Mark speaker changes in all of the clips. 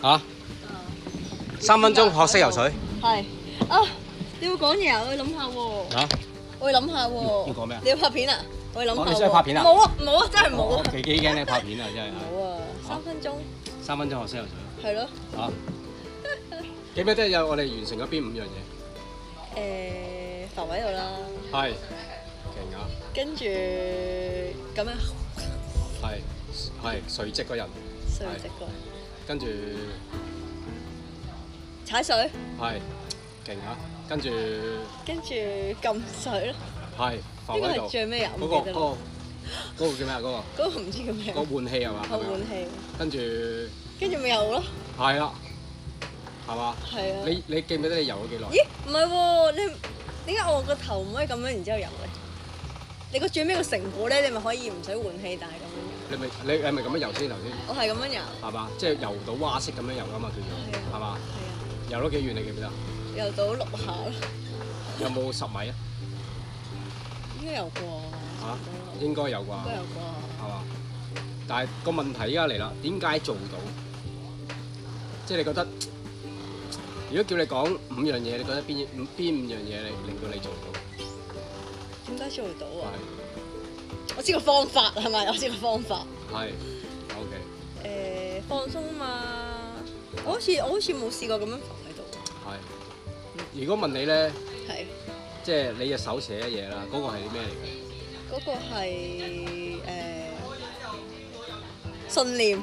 Speaker 1: 嚇？三分鐘學識游水
Speaker 2: 係啊，你要講嘢啊？我要諗下喎，
Speaker 1: 嚇？
Speaker 2: 我要諗下喎。
Speaker 1: 要講咩啊
Speaker 2: 你要拍片啊？我要諗下
Speaker 1: 哦
Speaker 2: 喎。
Speaker 1: 你想去拍片啊
Speaker 2: 冇啊，冇啊，真係冇
Speaker 1: 我
Speaker 2: 啊。
Speaker 1: 幾幾驚你拍片啊！真係
Speaker 2: 冇啊，三分鐘
Speaker 1: 三分鐘學識游水
Speaker 2: 係咯。
Speaker 1: 嚇。記唔記得有我哋完成咗邊五樣嘢？
Speaker 2: 誒，浮喺度啦，
Speaker 1: 係勁啊！
Speaker 2: 跟住咁樣
Speaker 1: 係係垂直個人，
Speaker 2: 垂直過
Speaker 1: 跟住
Speaker 2: 踩水，
Speaker 1: 係勁啊！跟住
Speaker 2: 跟住撳水咯。
Speaker 1: 係浮
Speaker 2: 呢個
Speaker 1: 喺
Speaker 2: 係
Speaker 1: 度。
Speaker 2: 最尾啊，我
Speaker 1: 嗰
Speaker 2: 唔
Speaker 1: 個
Speaker 2: 記得啦
Speaker 1: 嗰。個嗰個叫咩啊？嗰
Speaker 2: 嗰個唔知叫咩
Speaker 1: 個嗰個，換氣係嘛？
Speaker 2: 我換氣，
Speaker 1: 跟住
Speaker 2: 跟住咪游咯，
Speaker 1: 係啦，係嘛？
Speaker 2: 係啊。
Speaker 1: 你你記唔記得你游咗幾耐？
Speaker 2: 咦，唔係喎，你點解我個頭唔可以咁樣然之後游咧？你個最尾個成果咧，你咪可以唔使換氣，但係咁樣游。
Speaker 1: 你咪你係咪咁樣游先頭先？
Speaker 2: 我係咁樣游，
Speaker 1: 係嘛？即係游到蛙式咁樣游噶嘛叫
Speaker 2: 係啊
Speaker 1: 做係嘛？
Speaker 2: 係啊，
Speaker 1: 游咗幾遠你記唔記得？
Speaker 2: 游到六下咯，
Speaker 1: 有冇十米啊？
Speaker 2: 應該游過，
Speaker 1: 嚇
Speaker 2: 差唔多，
Speaker 1: 應該有啩
Speaker 2: 應該游過。
Speaker 1: 係嘛？但係個問題依家嚟啦，點解做到？即係你覺得，如果叫你講五樣嘢，你覺得邊五邊五樣嘢你令到你做到？
Speaker 2: 點解做到啊？
Speaker 1: 係
Speaker 2: 我知個方法係咪？我知個方法。
Speaker 1: 係 OK。
Speaker 2: 誒、放鬆啊嘛！我好似我好似冇試過咁樣浮喺度。
Speaker 1: 係。如果問你咧，
Speaker 2: 係，
Speaker 1: 即係你隻手寫嘅嘢啦，嗰、個係咩嚟嘅？
Speaker 2: 嗰、個係、呃、信念。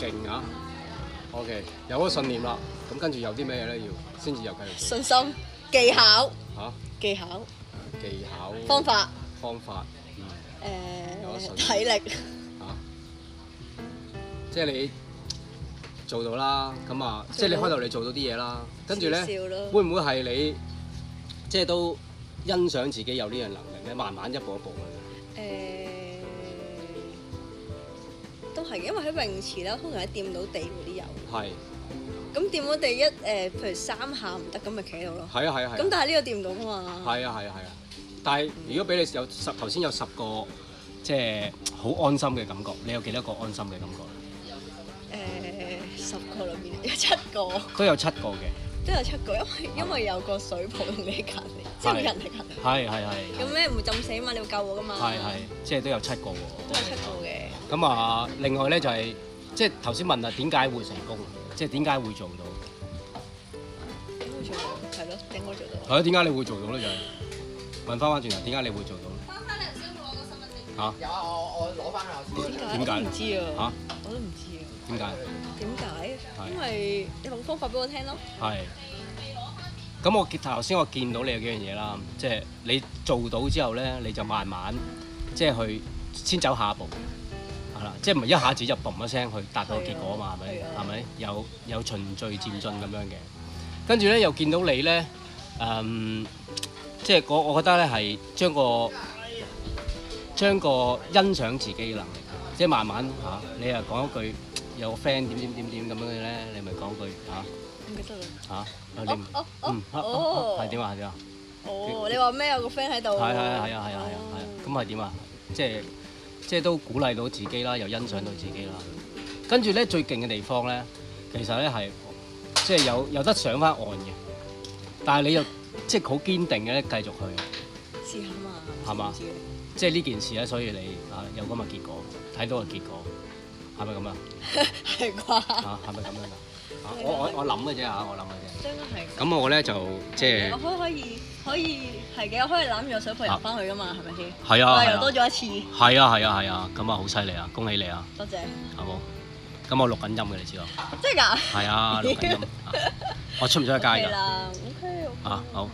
Speaker 1: 勁啊！OK，有咗信念啦，咁跟住有啲咩咧要先至有繼續做
Speaker 2: 信心、技巧、
Speaker 1: 嚇、
Speaker 2: 技巧、
Speaker 1: 技巧、
Speaker 2: 方法、
Speaker 1: 方法，嗯
Speaker 2: 誒、
Speaker 1: 有信
Speaker 2: 體力，
Speaker 1: 嚇、即係你做到啦，咁啊，即係你開頭你做到啲嘢啦，跟住咧
Speaker 2: 少少咯
Speaker 1: 會唔會係你即係都欣賞自己有呢樣能力咧？慢慢一步一步去，
Speaker 2: 誒、都係嘅，因為喺泳池咧，通常喺掂到地嗰啲有，
Speaker 1: 係
Speaker 2: 咁掂到地一誒、譬如三下唔得，咁咪企喺度咯。
Speaker 1: 係啊係啊係啊。
Speaker 2: 咁但係呢個掂唔到噶嘛，
Speaker 1: 係啊係啊係啊！但係如果俾你有十頭先有十個，即係好安心嘅感覺，你有幾多個安心嘅感覺？
Speaker 2: 誒、十個裏面有七個
Speaker 1: 都有七個嘅，
Speaker 2: 都有七個，因為因為有個水泡同你隔離，即係人嚟隔離。
Speaker 1: 係係係
Speaker 2: 咁咧唔會浸死嘛，你會救我噶嘛。
Speaker 1: 係係，即係都有七個
Speaker 2: 都有
Speaker 1: 喎。
Speaker 2: 七個嘅。
Speaker 1: 咁啊，另外咧就係、即係頭先問啊，點解會成功？即係點解會做到？
Speaker 2: 應該做到，係咯，應該做到。
Speaker 1: 係啊，點解你會做到咧？就係、問翻翻轉頭，點解你會做到咧？嚇
Speaker 3: 有啊，我我攞翻啊，我先。
Speaker 1: 點解
Speaker 2: 我都唔知
Speaker 1: 嚇、
Speaker 2: 啊，我都唔知啊。
Speaker 1: 點解？
Speaker 2: 點解
Speaker 1: 係？
Speaker 2: 因為你冇方法俾我聽咯。
Speaker 1: 係。咁我見頭先我見到你有幾樣嘢啦，即係你做到之後咧，你就慢慢即係去先走下一步，係啦，即係唔係一下子就嘣一聲去達到個結果嘛？係咪
Speaker 2: 係啊？
Speaker 1: 係咪？有有循序漸進咁樣嘅。跟住咧又見到你咧，誒、即係我我覺得咧係將個將個欣賞自己嘅能力，即係慢慢嚇、啊你又講一句有個 friend 點點點點咁樣嘅咧，你咪講句嚇。啊
Speaker 2: 唔記得啦。
Speaker 1: 嚇，啊你
Speaker 2: 哦哦哦
Speaker 1: 嗯，啊
Speaker 2: 哦
Speaker 1: 係點啊？係點啊？
Speaker 2: 哦，你話咩？有個 friend 喺度。
Speaker 1: 係係係啊係啊係啊
Speaker 2: 哦
Speaker 1: 係啊！咁係點啊？即係即係都鼓勵到自己啦，又欣賞到自己啦。跟住咧最勁嘅地方咧，其實咧係即係有有得上翻岸嘅，但係你又即係好堅定嘅咧，繼續去，
Speaker 2: 試下嘛。
Speaker 1: 係嘛
Speaker 2: 唔知嘅
Speaker 1: 即係呢件事咧，所以你啊有咁嘅結果，睇到個結果，係咪咁啊？
Speaker 2: 係啩？
Speaker 1: 啊係咪咁樣㗎？啊我我我諗嘅啫啊嚇，我諗嘅
Speaker 2: 真係。
Speaker 1: 啫。咁我咧就即係
Speaker 2: 我可可以可以係嘅，我可以攬住個水泡游翻去噶嘛，係咪先？
Speaker 1: 係啊
Speaker 2: 我
Speaker 1: 係
Speaker 2: 又多
Speaker 1: 啊
Speaker 2: 咗一次，
Speaker 1: 係啊係啊係啊！咁啊好犀利啊！恭喜你啊！
Speaker 2: 多謝。
Speaker 1: 好冇？咁我錄緊音嘅，你知道？
Speaker 2: 真係㗎？
Speaker 1: 係啊，錄緊音。啊我出唔出得街
Speaker 2: OK
Speaker 1: 㗎？
Speaker 2: 啦，OK。
Speaker 1: 啊，好。